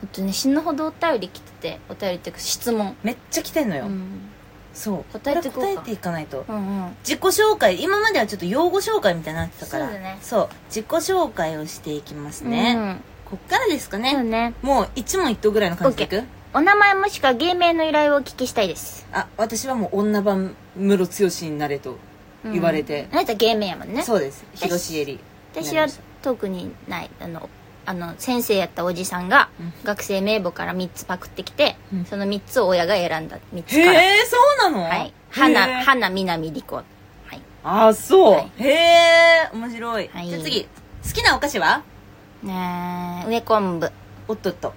ほんとね死ぬほどお便り来ててお便りっていうか質問めっちゃ来てんのうよ、んそう答えてこうかこれ答えていかないとうんうん自己紹介今まではちょっと用語紹介みたいになってたからそうだねそう自己紹介をしていきますね、うんこっからですかそうね、ねもう一問一答ぐらいの感じでいくお名前もしくは芸名の依頼をお聞きしたいですあ私はもう女版ムロツヨシになれとうん言われてあ、なた芸名やもんねそうです広重り私は特にないあのあの先生やったおじさんがうん学生名簿から3つパクってきて、うんその3つを親が選んだ3つへから、えそうなのはい、へ花え花南理子はいあそう、はいへえ面白い、はいじゃあ次好きなお菓子はねえ梅昆布おっとっと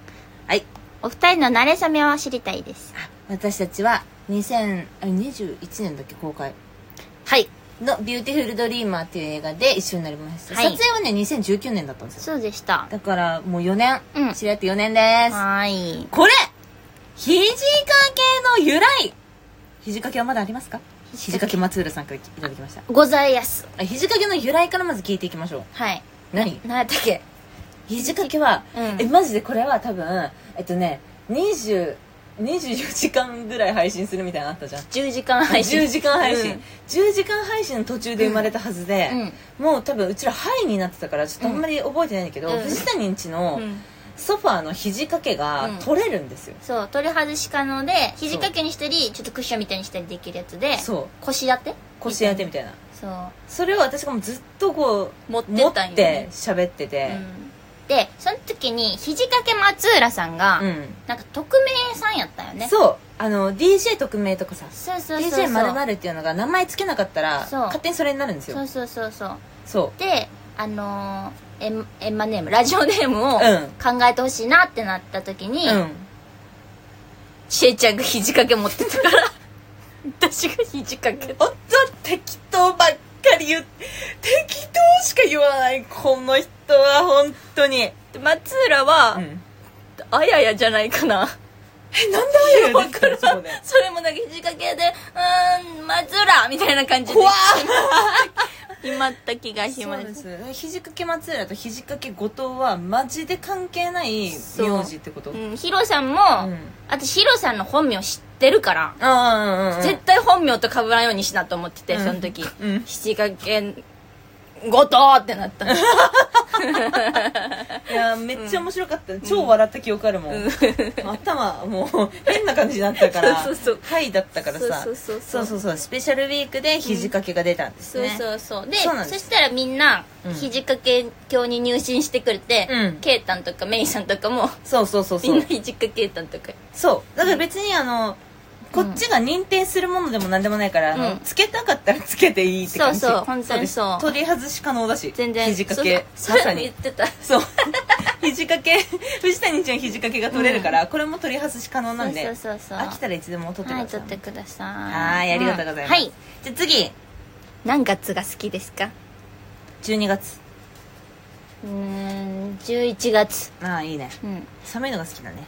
はいお二人の馴れ初めを知りたいですあ私たちは2021年だっけ公開はいの「ビューティフルドリーマー」っていう映画で一緒になりました、はい撮影はね2019年だったんですよそうでしただからもう4年、うん知り合って4年ですはいこれ肘掛けの由来肘掛けはまだありますか肘掛け松浦さんからいただきましたございやすあ肘掛けの由来からまず聞いていきましょうはい何何やったっけ肘掛けは、うんえマジでこれは多分えっとね20 24時間ぐらい配信するみたいなのあったじゃん10時間配 信10時間配信、うん10時間配信の途中で生まれたはずで、もう多分うちらハイになってたからちょっとあんまり覚えてないんだけど、うん藤谷んちうのん、うん、ソファーの肘掛けがうん取れるんですよ、そう取り外し可能で肘掛けにしたりちょっとクッションみたいにしたりできるやつでそう腰当て腰当てみたいなそうそれを私がもうずっとこう持って持ったんよてね喋っててうんでその時に肘掛け松浦さんが、うん、なんか匿名さんやったよねそうあの DJ 特命とかさそうそうそうそう DJ まるまるっていうのが名前つけなかったらそう勝手にそれになるんですよそうそうそうそうそうであのーエンエンマネームラジオネームをうん考えてほしいなってなった時に、うんちえちゃんが肘掛け持ってたから 私が肘掛けおっと適当ばっかり言う適当しか言わないこの人は本当にうんで松浦は、あややじゃないかなえなんであやや出てたのそこでそれもなんか肘掛けでうーん松浦みたいな感じで怖っ 決まった気がしそまうですす肘掛け松浦と肘掛け後藤はマジで関係ない名字ってことうん、ヒロさんも、うん私ヒロさんの本名知ってるから、ああ絶対本名と被らんようにしなと思ってて、うんその時うん七掛けごとってなったいやーめっちゃ面白かった、超笑った記憶あるもん、頭もう変な感じになったから そうそうそうはいだったからさそうそうそうそうそうそうスペシャルウィークで肘掛けが出たんですそうね、そうそうでそうそなんですしたらみんなうん肘掛け教に入信してくれて、うんケイタンとかメイさんとかもそうそうそうみそんうな肘掛けたんとかそうだから別にあのこっちが認定するものでも何でもないから、あのうんつけたかったら つけていいって感じそうそう本当にですそう取り外し可能だし全然肘掛けそうまそさう言にってたそう 肘掛け藤谷ちゃん肘掛けが取れるから、これも取り外し可能なんでそうそうそうそう飽きたらいつでも取ってくはいださ撮い、ってくださいはい、ありがとうございます。んはい、じゃあ次、何月が好きですか12月。うーん11月ああ、いいね。うん寒いのが好きだね。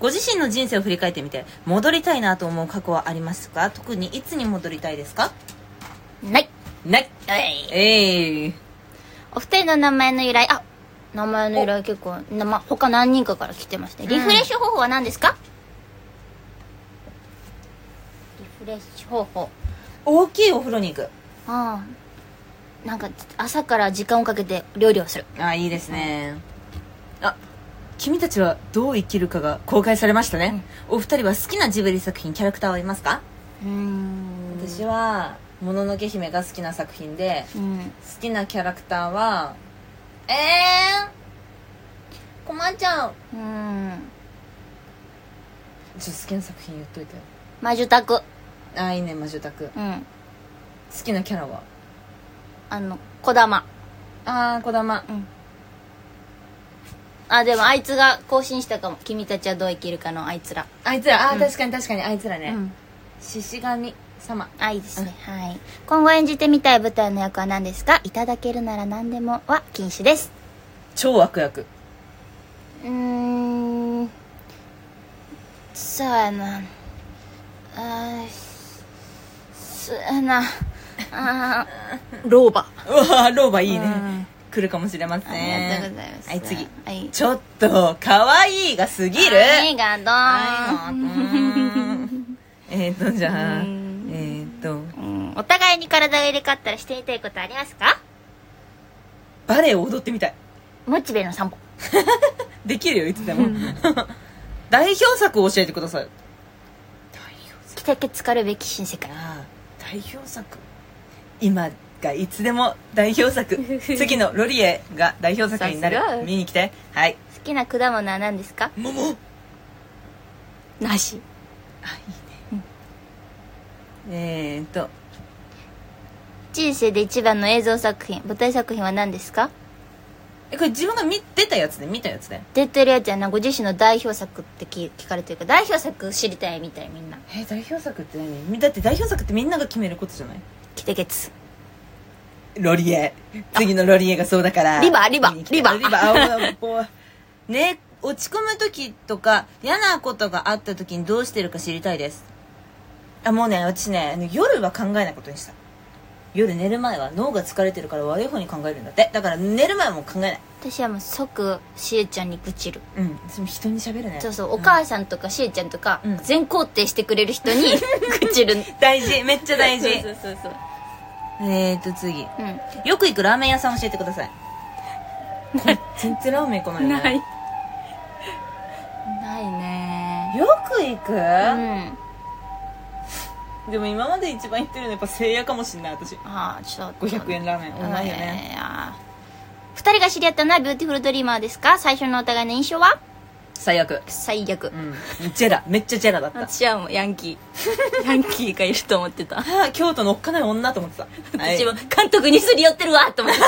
ご自身の人生を振り返ってみて、戻りたいなと思う過去はありますか特にいつに戻りたいですかないない。はいええお二人の名前の由来あ名前の由来結構な、ま、他何人かから来てましたねリフレッシュ方法は何ですか、リフレッシュ方法大きいお風呂に行く。ああなんか朝から時間をかけて料理をするああ、いいですね。あ、君たちはどう生きるかが公開されましたね。お二人は好きなジブリ作品、キャラクターはいますか、うーん私は、もののけ姫が好きな作品で、うん好きなキャラクターはええー、こまちゃんうんちょっと好きな作品言っといてよ魔女宅ああいいね魔女宅好うんきなキャラはあの小玉ああこだまあでもあいつが更新したかも君たちはどう生きるかのあいつら、あいつらああ、確かに確かにあいつらうね、ん、獅子神様あいいですね、はい今後演じてみたい舞台の役は何ですかいただけるなら何でもは禁止です超悪役うーんそうやなあー そうやなあー老婆うわー老婆いいうね、ん来るかもしれませんありがとうございますはい次、はいちょっと可愛いが過ぎるありがとうはいえっとじゃあうえんーっとうんお互いに体が入れ替わったらしてみたいことありますかバレエを踊ってみたいモチベの散歩できるよいつでも代表作を教えてください代表作来たけつかるべき新世界ああ代表作今がいつでも代表 作次のロリエが代表作になさすがる見に来てはい好きな果物は何ですか桃あいいね梨えーっと人生で一番の映像作品舞台作品は何ですかえこれ自分が見出たやつで見たやつで出てるやつやなご自身の代表作って聞聞かれてるから代表作知りたいみたいみんなえ代表作って何みだって代表作ってみんなが決めることじゃない来てけつロリエ次のロリエがそうだからリバリバ見に来てリバリバあおお ね落ち込む時とか嫌なことがあった時にどうしてるか知りたいですあもうね私ねあの夜は考えないことにした夜寝る前は脳が疲れてるから悪い方に考えるんだってだから寝る前はもう考えない私はもう即しえちゃんに愚痴るうん私も人に喋るねそうそう、おん母さんとかしえちゃんとか、うん全肯定してくれる人に 愚痴る大事めっちゃ大事そうそうそうえーと次そううんよく行くラーメン屋さん教えてくださいこれ全然ラーメン来ないよねないねよく行く、うんでも今まで一番言ってるのやっぱせいやかもしんない私ああちょっと500円ラーメンうまいよねえーあー二人が知り合ったのはビューティフルドリーマーですか最初のお互いの印象は最悪最悪、うんジェラめっちゃジェラだった私はもうヤンキ ーヤンキーがいると思ってたああ京都のおっかない女と思ってた 私も監督にすり寄ってるわと思ってた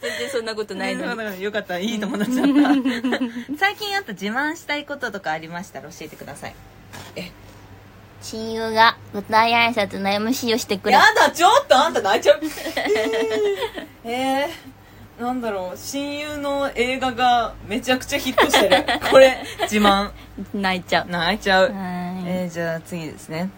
全然そんなことないのにによかったいい友達だった最近あった自慢したいこととかありましたら教えてください 親友が舞台挨拶の MC をしてくれやだちょっとあんた泣いちゃう えー、なんだろう親友の映画がめちゃくちゃヒット してるこれ自慢泣いちゃう泣いちゃうはえー、じゃあ次ですね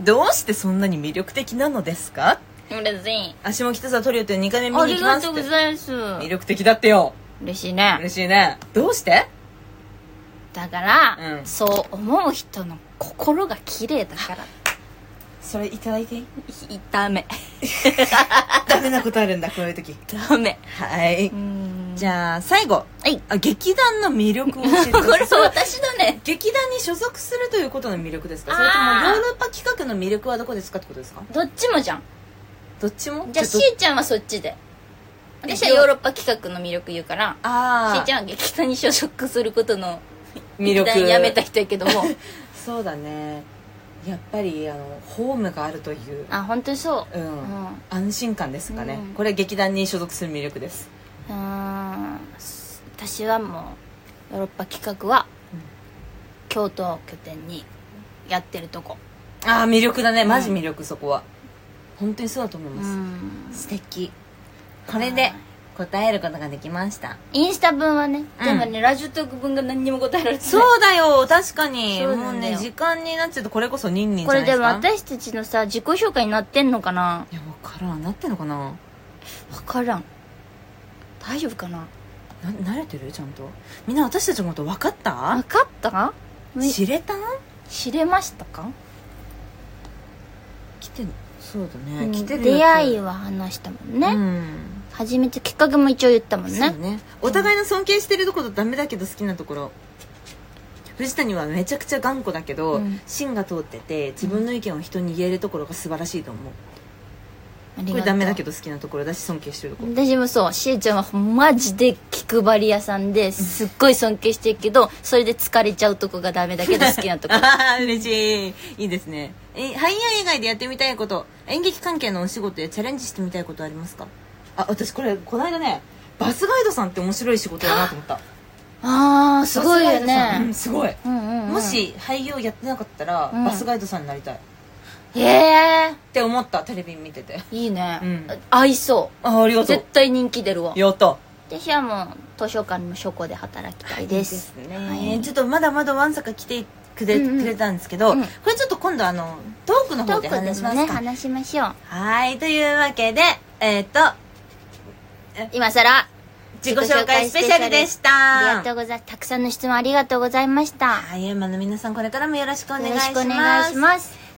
どうしてそんなに魅力的なのですかーい嬉しい足も北沢トリオって2回目見ありに行きまがすとっうてございます魅力的だってよ嬉しいね嬉しいねどうしてだから、うんそう思う人の心が綺麗だ からそれいただいていいダメダメなことあるん だこういう時ダメはいうんじゃあ最後はいあ劇団の魅力を教えてくこださいれ私だね劇団に所属するということの魅力ですかあーそれともヨーロッパ企画の魅力はどこですかってことですかどっちもじゃんどっちもじゃあちしょっとーちゃんはそっちで私はヨーロッパ企画の魅力言うからしあーちゃんは劇団に所属することのあ魅力劇団辞めた人やけ どもそうだねやっぱりあのホームがあるというあ本当にそううんうん安心感ですかね、うんこれ劇団に所属する魅力ですうーん私はもうヨーロッパ企画は、京都を拠点にやってるとこああ魅力だねマジ魅力、そこは本当にそうだと思います、ん素敵これで答えることができましたインスタ分はね、うんでもねラジオトーク分が何にも答えられてないそうだよ確かにそうなんだよもうね時間になっちゃうとこれこそニンニンこじゃれないでですもか私たちのさ自己紹介になってんのかないや分からんなってんのかな分からん大丈夫かなな慣れてるちゃんとみんな私たちのこと分かっ分たかったみ知れた知れましたか、来てそうだうね、ん来てる出会いをは話したもんね、ね、うん初めてきっかけも一応言ったもんそうねねお互いの尊敬してるところダメだけど好きなところ藤谷はめちゃくちゃ頑固だけど、うん芯が通ってて自分の意見を人に言えるところが素晴らしいと思う、ありがとうこれダメだけど好きなところだし尊敬してるところ、私もそうしえちゃんはマジで気配り屋さんですっごい尊敬してるけどそれで疲れちゃうとこがダメだけど好きな とこああ嬉しいいいですねえ俳優以外でやってみたいこと演劇関係のお仕事でチャレンジしてみたいことありますかあ私これこの間ねバスガイドさんって面白い仕事だなと思った あーすごいよバスガイドさんうねんすごい、うんうん、うん、もし俳優をやってなかったら、うんバスガイドさんになりたいへえって思ったテレビ見てていいね、うん合いそあありう絶対人気出るわやった私はもう図書館の書庫で働きたい ですね、はいちょっとまだまだわんさか来てくれ,、うんうんくれたんですけど、うんこれちょっと今度あのトークのト方ーでクで話しまもすねか話しましょうはいというわけでえっ、と今さら自己紹介スペシャルでしたありがとうございますたくさんの質問ありがとうございましたはい、まの皆さんこれからもよろしくお願いします。よろしくお願いします